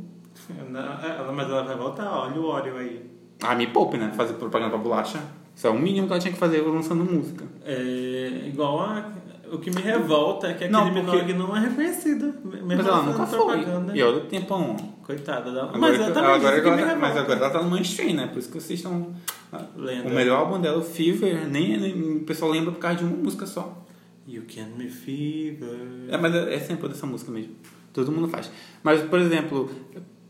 Speaker 1: Não, ela- mas ela vai voltar, olha o óleo aí.
Speaker 2: Ah, me poupe, né? Fazer propaganda pra bolacha. Isso é o mínimo que ela tinha que fazer lançando música.
Speaker 1: É igual a. O que me revolta é que a
Speaker 2: Não,
Speaker 1: Kylie
Speaker 2: porque-
Speaker 1: Minogue não é reconhecida. Mesmo
Speaker 2: Mas ela
Speaker 1: fazendo
Speaker 2: nunca foi.
Speaker 1: propaganda. né?
Speaker 2: E olha o tempão.
Speaker 1: Coitada dela.
Speaker 2: Agora,
Speaker 1: mas eu também
Speaker 2: agora,
Speaker 1: disse que me
Speaker 2: agora-
Speaker 1: revolta.
Speaker 2: mas agora ela tá no mainstream, né? Por isso que vocês estão.
Speaker 1: Lenda.
Speaker 2: O melhor álbum dela, o Fever, nem, nem- o pessoal lembra por causa de uma música só.
Speaker 1: You can me fever.
Speaker 2: É, mas é é sempre dessa música mesmo. Todo mundo faz. Mas, por exemplo,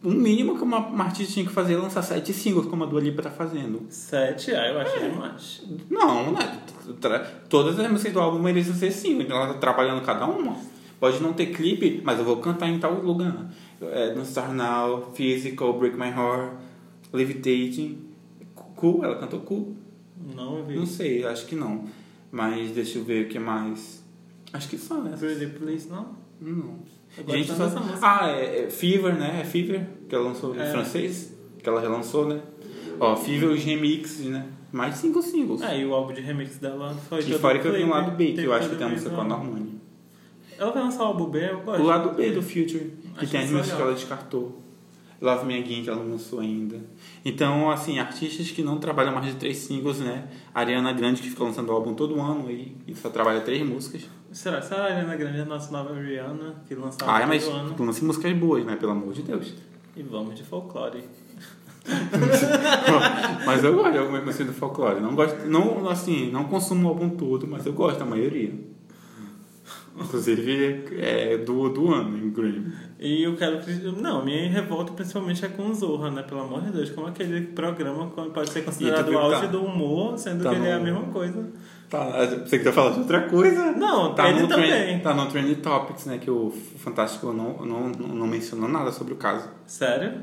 Speaker 2: o mínimo que uma, uma artista tinha que fazer é lançar sete singles, como a Dua Lipa tá fazendo.
Speaker 1: Sete, ah, eu
Speaker 2: É.
Speaker 1: achei demais.
Speaker 2: Não, né? Tra- Todas as músicas do álbum merecem ser sim. Ela tá trabalhando cada uma. Pode não ter clipe, mas eu vou cantar em tal lugar. É, no Star Now, Physical, Break My Heart, Levitating. Cool, ela cantou cool.
Speaker 1: Não vi.
Speaker 2: Não sei, acho que não. Mas deixa eu ver o que mais. Acho que só essas.
Speaker 1: Pretty Please, não?
Speaker 2: Não.
Speaker 1: é. Eu gosto
Speaker 2: Gente,
Speaker 1: tanto
Speaker 2: só...
Speaker 1: dessa música.
Speaker 2: Ah, é, é Fever, né? É Fever, que ela lançou em
Speaker 1: É.
Speaker 2: francês. Que ela relançou, né? Ó, Fever os remixes, né? Mais cinco singles.
Speaker 1: Ah, e o álbum de remix dela foi
Speaker 2: E
Speaker 1: todo
Speaker 2: fora que eu
Speaker 1: clipe,
Speaker 2: tenho o lado B, que
Speaker 1: teve
Speaker 2: eu acho que
Speaker 1: todo
Speaker 2: tem a
Speaker 1: mês,
Speaker 2: música
Speaker 1: né?
Speaker 2: com a Normani.
Speaker 1: Ela vai lançar o álbum B, eu gosto.
Speaker 2: O lado B do Future, que
Speaker 1: Acho
Speaker 2: tem as
Speaker 1: isso
Speaker 2: músicas que
Speaker 1: legal.
Speaker 2: ela descartou. Love Me Again, que ela não lançou ainda. Então, assim, artistas que não trabalham mais de três singles, né? Ariana Grande, que fica lançando álbum todo ano e, e só trabalha três músicas.
Speaker 1: Será, será a Ariana Grande é a nossa nova Rihanna, que lançava
Speaker 2: Ah,
Speaker 1: Tá, todo
Speaker 2: mas
Speaker 1: ano?
Speaker 2: lance músicas boas, né? Pelo amor de Deus.
Speaker 1: E vamos de folclore.
Speaker 2: mas eu gosto de algumas músicas do folclore. Não gosto, não, assim, não consumo o álbum todo, mas eu gosto da maioria. Inclusive, é do, do ano em Grammy.
Speaker 1: E eu quero que. Não, minha revolta principalmente é com o Zorra, né? Pelo amor de Deus, como aquele programa que pode ser considerado
Speaker 2: viu
Speaker 1: o
Speaker 2: que tá-
Speaker 1: auge do humor, sendo
Speaker 2: tá
Speaker 1: que ele é a
Speaker 2: no-
Speaker 1: mesma coisa.
Speaker 2: Tá, você que tá falando de outra coisa.
Speaker 1: Não,
Speaker 2: tá
Speaker 1: ele
Speaker 2: no
Speaker 1: também.
Speaker 2: Trend, tá no Trend Topics, né? Que o Fantástico não, não, não mencionou nada sobre o caso.
Speaker 1: Sério?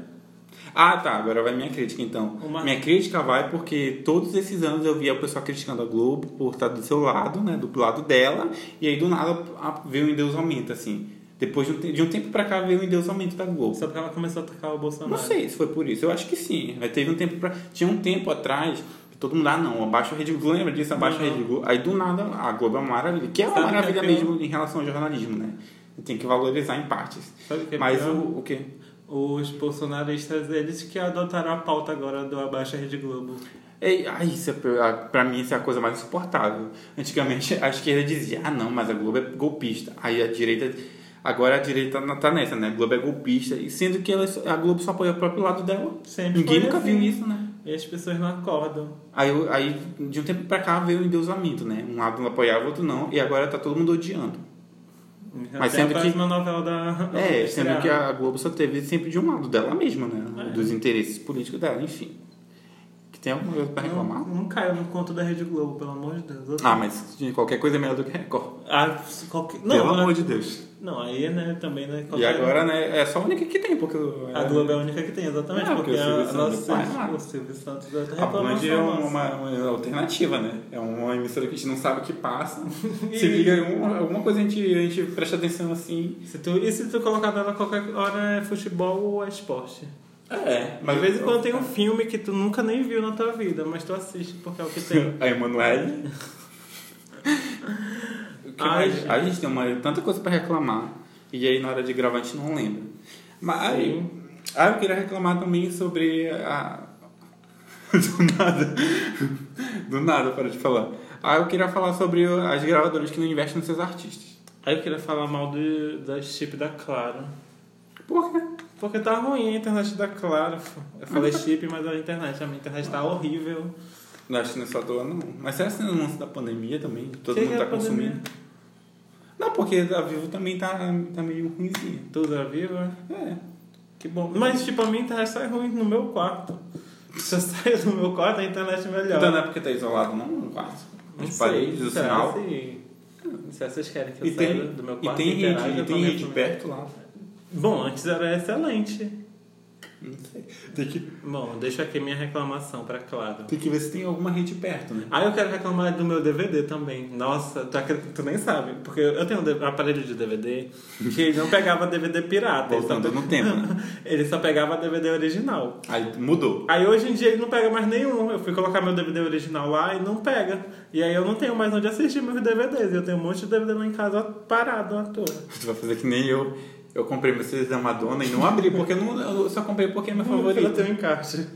Speaker 2: Ah, tá. Agora vai minha crítica, então.
Speaker 1: Uma-
Speaker 2: Minha crítica vai porque todos esses anos eu via o pessoal criticando a Globo por estar do seu lado, né? Do lado dela. E aí, do nada, a- veio o endeusamento, assim. Depois de um, te- de um tempo pra cá, veio o endeusamento da Globo.
Speaker 1: Só porque ela começou a atacar o Bolsonaro.
Speaker 2: Não sei se foi por isso. Eu acho que sim. Aí teve um tempo pra... Tinha um tempo atrás... que Todo mundo, ah não, abaixa a Rede Globo, lembra disso? Abaixa a
Speaker 1: Uhum.
Speaker 2: Rede Globo. Aí do nada, a Globo é uma maravilha, que é uma
Speaker 1: Sabe o que é
Speaker 2: maravilha
Speaker 1: pior?
Speaker 2: mesmo em relação ao jornalismo, né? Tem que valorizar em partes.
Speaker 1: Sabe o que é
Speaker 2: Mas
Speaker 1: pior?
Speaker 2: o, o quê?
Speaker 1: Os bolsonaristas, eles que adotaram a pauta agora do Abaixa Rede Globo.
Speaker 2: É, ai, isso é, pra pra mim isso é a coisa mais insuportável. Antigamente [laughs] a esquerda dizia, ah não, mas a Globo é golpista. Aí a direita. Agora a direita na- tá nessa, né? A Globo é golpista. E sendo que ela, só- a Globo só apoia o próprio lado dela.
Speaker 1: Sempre
Speaker 2: Ninguém
Speaker 1: foi
Speaker 2: nunca
Speaker 1: assim.
Speaker 2: viu isso, né?
Speaker 1: E as pessoas não acordam.
Speaker 2: Aí, eu- aí de um tempo pra cá veio o endeusamento, né? Um lado não apoiava, o outro não. E agora tá todo mundo odiando. Mas
Speaker 1: Até
Speaker 2: sendo que-
Speaker 1: a próxima novela da...
Speaker 2: É,
Speaker 1: estrear.
Speaker 2: sendo que a Globo só teve sempre de um lado dela mesma, né?
Speaker 1: É.
Speaker 2: Dos interesses políticos dela, enfim. Que tem alguma coisa pra
Speaker 1: Não,
Speaker 2: reclamar?
Speaker 1: não caiu no conto da Rede Globo, pelo amor de Deus. Eu-
Speaker 2: Ah, mas de qualquer coisa é melhor do que Record.
Speaker 1: Ah, qualquer... Não,
Speaker 2: Pelo
Speaker 1: a-
Speaker 2: amor de Deus.
Speaker 1: Não, aí, né, também, né...
Speaker 2: E
Speaker 1: qualquer-
Speaker 2: agora, né, é só a única que tem, porque... o-
Speaker 1: A Globo é a única que tem, exatamente,
Speaker 2: É,
Speaker 1: porque,
Speaker 2: porque o Silvio
Speaker 1: a, a
Speaker 2: Santos
Speaker 1: nossa,
Speaker 2: não faz nada.
Speaker 1: o Silvio Santos já
Speaker 2: A Band é
Speaker 1: reclamou só
Speaker 2: uma, uma alternativa, né? É uma emissora que a gente não sabe o
Speaker 1: [laughs]
Speaker 2: que passa.
Speaker 1: E-
Speaker 2: Se liga, em alguma, alguma coisa a gente, a gente presta atenção assim.
Speaker 1: Se tu, e se tu colocar nela qualquer hora é futebol ou é esporte?
Speaker 2: É,
Speaker 1: Às vezes quando tem um filme que tu nunca nem viu na tua vida, mas tu assiste porque é o que
Speaker 2: [laughs]
Speaker 1: tem.
Speaker 2: A Emanuele. O que
Speaker 1: Ai,
Speaker 2: mais?
Speaker 1: gente.
Speaker 2: a gente tem uma, tanta coisa pra reclamar. E aí na hora de gravar a gente não lembra. Mas aí,
Speaker 1: Sim.
Speaker 2: aí eu queria reclamar também sobre a. [laughs] Do nada. Do nada, para de falar. Aí eu queria falar sobre as gravadoras que não investem nos seus artistas.
Speaker 1: Aí eu queria falar mal do, da chip da Claro.
Speaker 2: Por quê?
Speaker 1: Porque tá ruim a internet da Claro. Eu
Speaker 2: [laughs]
Speaker 1: falei chip, mas a internet. A minha internet tá horrível.
Speaker 2: Não acho que não é só doa, não. Mas será que não é lance da pandemia também? Todo
Speaker 1: Que
Speaker 2: mundo
Speaker 1: que é
Speaker 2: tá
Speaker 1: a pandemia?
Speaker 2: consumindo. Não, porque a Vivo também tá, tá meio ruimzinha.
Speaker 1: Tudo era viva?
Speaker 2: É.
Speaker 1: Que bom. Mas tipo, a minha internet sai ruim no meu quarto. Se [laughs] eu sair do meu quarto, a internet melhor.
Speaker 2: Então não é porque tá isolado, não, no quarto.
Speaker 1: Não
Speaker 2: As
Speaker 1: sei.
Speaker 2: paredes, o
Speaker 1: Será
Speaker 2: sinal.
Speaker 1: Se, se vocês querem que eu
Speaker 2: E
Speaker 1: saia
Speaker 2: tem,
Speaker 1: do meu
Speaker 2: e
Speaker 1: quarto
Speaker 2: tem
Speaker 1: interaja
Speaker 2: rede, e
Speaker 1: com a
Speaker 2: tem
Speaker 1: minha
Speaker 2: rede
Speaker 1: família.
Speaker 2: perto lá.
Speaker 1: Bom, antes era excelente.
Speaker 2: Não sei. Tem que,
Speaker 1: Bom, deixa aqui minha reclamação pra Claro.
Speaker 2: tem que ver se tem alguma rede perto, né?
Speaker 1: Ah, eu quero reclamar do meu DVD também. Nossa, tu, acredita- tu nem sabe. Porque eu tenho um de- aparelho de DVD que ele não pegava DVD pirata. Ele só,
Speaker 2: Voltando
Speaker 1: [laughs]
Speaker 2: no tempo, né?
Speaker 1: ele só pegava DVD original.
Speaker 2: Aí mudou. [laughs]
Speaker 1: Aí hoje em dia ele não pega mais nenhum. Eu fui colocar meu DVD original lá e não pega. E aí eu não tenho mais onde assistir meus DVDs. Eu tenho um monte de DVD lá em casa parado à toa.
Speaker 2: Tu vai fazer que nem eu. Eu comprei meu CD da Madonna e não abri, porque eu, não, eu só comprei porque é meu
Speaker 1: Eu
Speaker 2: favorito.
Speaker 1: tenho encarte.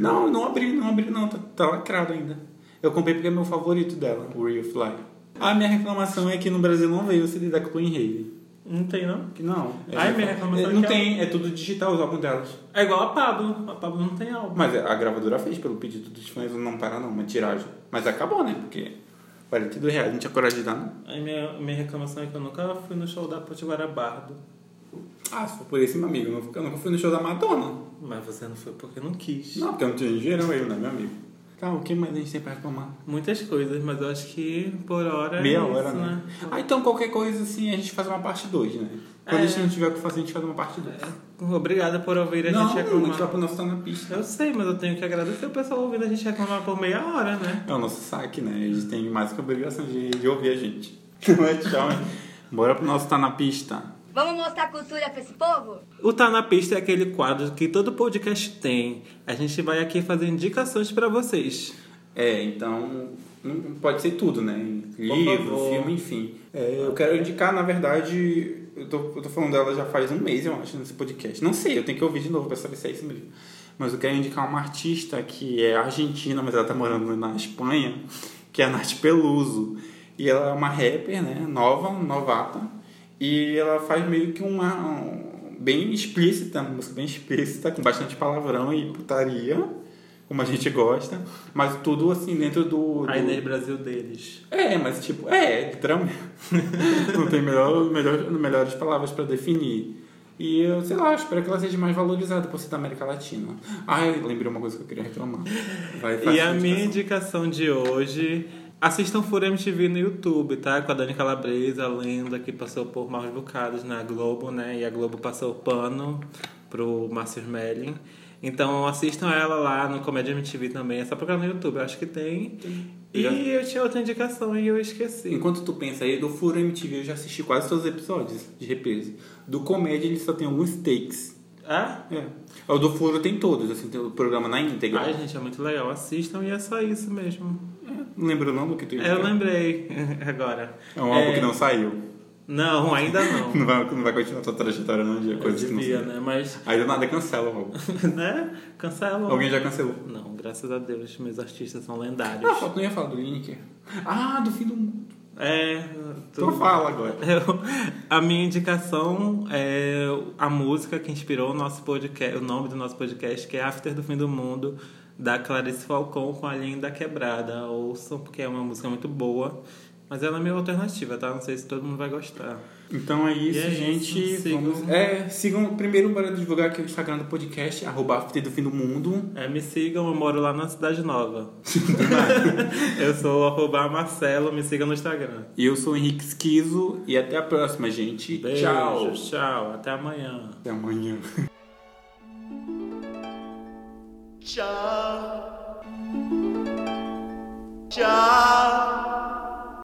Speaker 2: Não, eu não abri, não abri não, tá, tá lacrado ainda. Eu comprei porque é meu favorito dela, o Real Fly. A Ah, minha reclamação é que no Brasil não veio o CD da Chloe Haley.
Speaker 1: Não tem, não?
Speaker 2: Que não. é
Speaker 1: Ai,
Speaker 2: já-
Speaker 1: minha reclamação
Speaker 2: é,
Speaker 1: é
Speaker 2: Não
Speaker 1: que
Speaker 2: tem, é tudo digital os álbuns delas.
Speaker 1: É igual a Pablo. A Pablo não tem álbum.
Speaker 2: Mas a gravadora fez pelo pedido dos fãs não parar não, uma tiragem. Mas acabou, né? Porque 42 reais, não tinha coragem de dar, não.
Speaker 1: Aí minha, minha reclamação é que eu nunca fui no show da Potiguara Bardo.
Speaker 2: Ah, se for por esse, meu amigo, eu não- eu nunca fui no show da Madonna.
Speaker 1: Mas você não foi porque não quis.
Speaker 2: Não, porque eu não tinha dinheiro, eu, né, meu amigo? Tá, o que mais a gente tem pra reclamar?
Speaker 1: Muitas coisas, mas eu acho que por hora. é
Speaker 2: Meia
Speaker 1: isso,
Speaker 2: hora, né? Ah, então qualquer coisa assim, a gente faz uma parte 2, né? Quando a gente
Speaker 1: É.
Speaker 2: não tiver o que fazer, a gente faz uma parte 2.
Speaker 1: Obrigada por ouvir a
Speaker 2: Não,
Speaker 1: gente
Speaker 2: não, o
Speaker 1: reclamar.
Speaker 2: papo nosso tá na pista.
Speaker 1: Eu sei, mas eu tenho que agradecer o pessoal ouvindo a gente reclamar por meia hora, né?
Speaker 2: É o nosso saque, né? Eles têm mais que obrigação de, de ouvir a gente. [laughs] Não é tchau, hein? Bora pro nosso Tá na Pista.
Speaker 3: Vamos mostrar cultura pra esse povo?
Speaker 1: O Tá na Pista é aquele quadro que todo podcast tem. A gente vai aqui fazer indicações pra vocês.
Speaker 2: É, então não- pode ser tudo, né? Livro,
Speaker 1: favor.
Speaker 2: filme, enfim. É, eu quero indicar, na verdade, eu tô, eu tô falando dela já faz um mês, eu acho, nesse podcast. Não sei, eu tenho que ouvir de novo pra saber se é isso mesmo. Mas eu quero indicar uma artista que é argentina, mas ela tá morando na Espanha, que é a Nath Peluso. E ela é uma rapper, né? Nova, novata. E ela faz meio que uma. um- bem explícita, uma música bem explícita, com bastante palavrão e putaria como a gente gosta, mas tudo assim dentro do. do-
Speaker 1: Aí né, no Brasil deles.
Speaker 2: É, mas tipo, é, drama. [laughs] Não tem melhor, melhor, melhores palavras pra definir. E eu, sei lá, espero que ela seja mais valorizada por ser da América Latina. Ai, lembrei uma coisa que eu queria reclamar. Vai, faça
Speaker 1: E a
Speaker 2: É indicação.
Speaker 1: minha indicação de hoje. Assistam Fura MTV no YouTube, tá? Com a Dani Calabresa, a lenda que passou por maus bocados na Globo, né? E a Globo passou o pano pro Márcio Smelling. Então assistam ela lá no Comédia MTV também. É só procurar no YouTube, eu acho que tem. E eu tinha outra indicação e eu esqueci.
Speaker 2: Enquanto tu pensa aí, do Furo MTV eu já assisti quase todos os episódios de reprise. Do Comédia ele só tem alguns takes.
Speaker 1: Ah?
Speaker 2: É. O do Furo tem todos, assim, tem o programa na íntegra.
Speaker 1: Ai, gente, é muito legal. Assistam e é só isso mesmo.
Speaker 2: Não lembro não do que tu ia
Speaker 1: É, Eu
Speaker 2: dizer.
Speaker 1: lembrei [laughs] agora.
Speaker 2: É um álbum
Speaker 1: É,
Speaker 2: que não saiu.
Speaker 1: Não, ainda não.
Speaker 2: [laughs] Não vai, não vai continuar tua trajetória não de
Speaker 1: Eu
Speaker 2: coisas que não
Speaker 1: devia,
Speaker 2: são.
Speaker 1: né? Mas, [laughs]
Speaker 2: Aí do nada cancela logo.
Speaker 1: né? Cancela.
Speaker 2: Alguém já cancelou.
Speaker 1: Não, graças a Deus, meus artistas são lendários.
Speaker 2: Ah, [laughs] falta não ia falar do Lineker. Ah, do fim do mundo.
Speaker 1: É.
Speaker 2: Então
Speaker 1: tu-
Speaker 2: fala agora.
Speaker 1: Eu- a minha indicação é a música que inspirou o nosso podcast, o nome do nosso podcast, que é After do Fim do Mundo, da Clarice Falcão com a Linda Quebrada. Ouçam, porque é uma música muito boa. Mas ela é meio alternativa, tá? Não sei se todo mundo vai gostar.
Speaker 2: Então é isso,
Speaker 1: E é
Speaker 2: gente.
Speaker 1: isso, sigam.
Speaker 2: Vamos... É, sigam primeiro para divulgar aqui o Instagram do podcast, arroba After do fim do mundo.
Speaker 1: É, me sigam, eu moro lá na Cidade Nova. [laughs] eu sou o arroba Marcelo, me sigam no Instagram.
Speaker 2: E eu sou o Henrique Esquizo e até a próxima, gente.
Speaker 1: Beijo,
Speaker 2: Tchau.
Speaker 1: tchau, até amanhã.
Speaker 2: Até amanhã.
Speaker 4: Tchau. Tchau.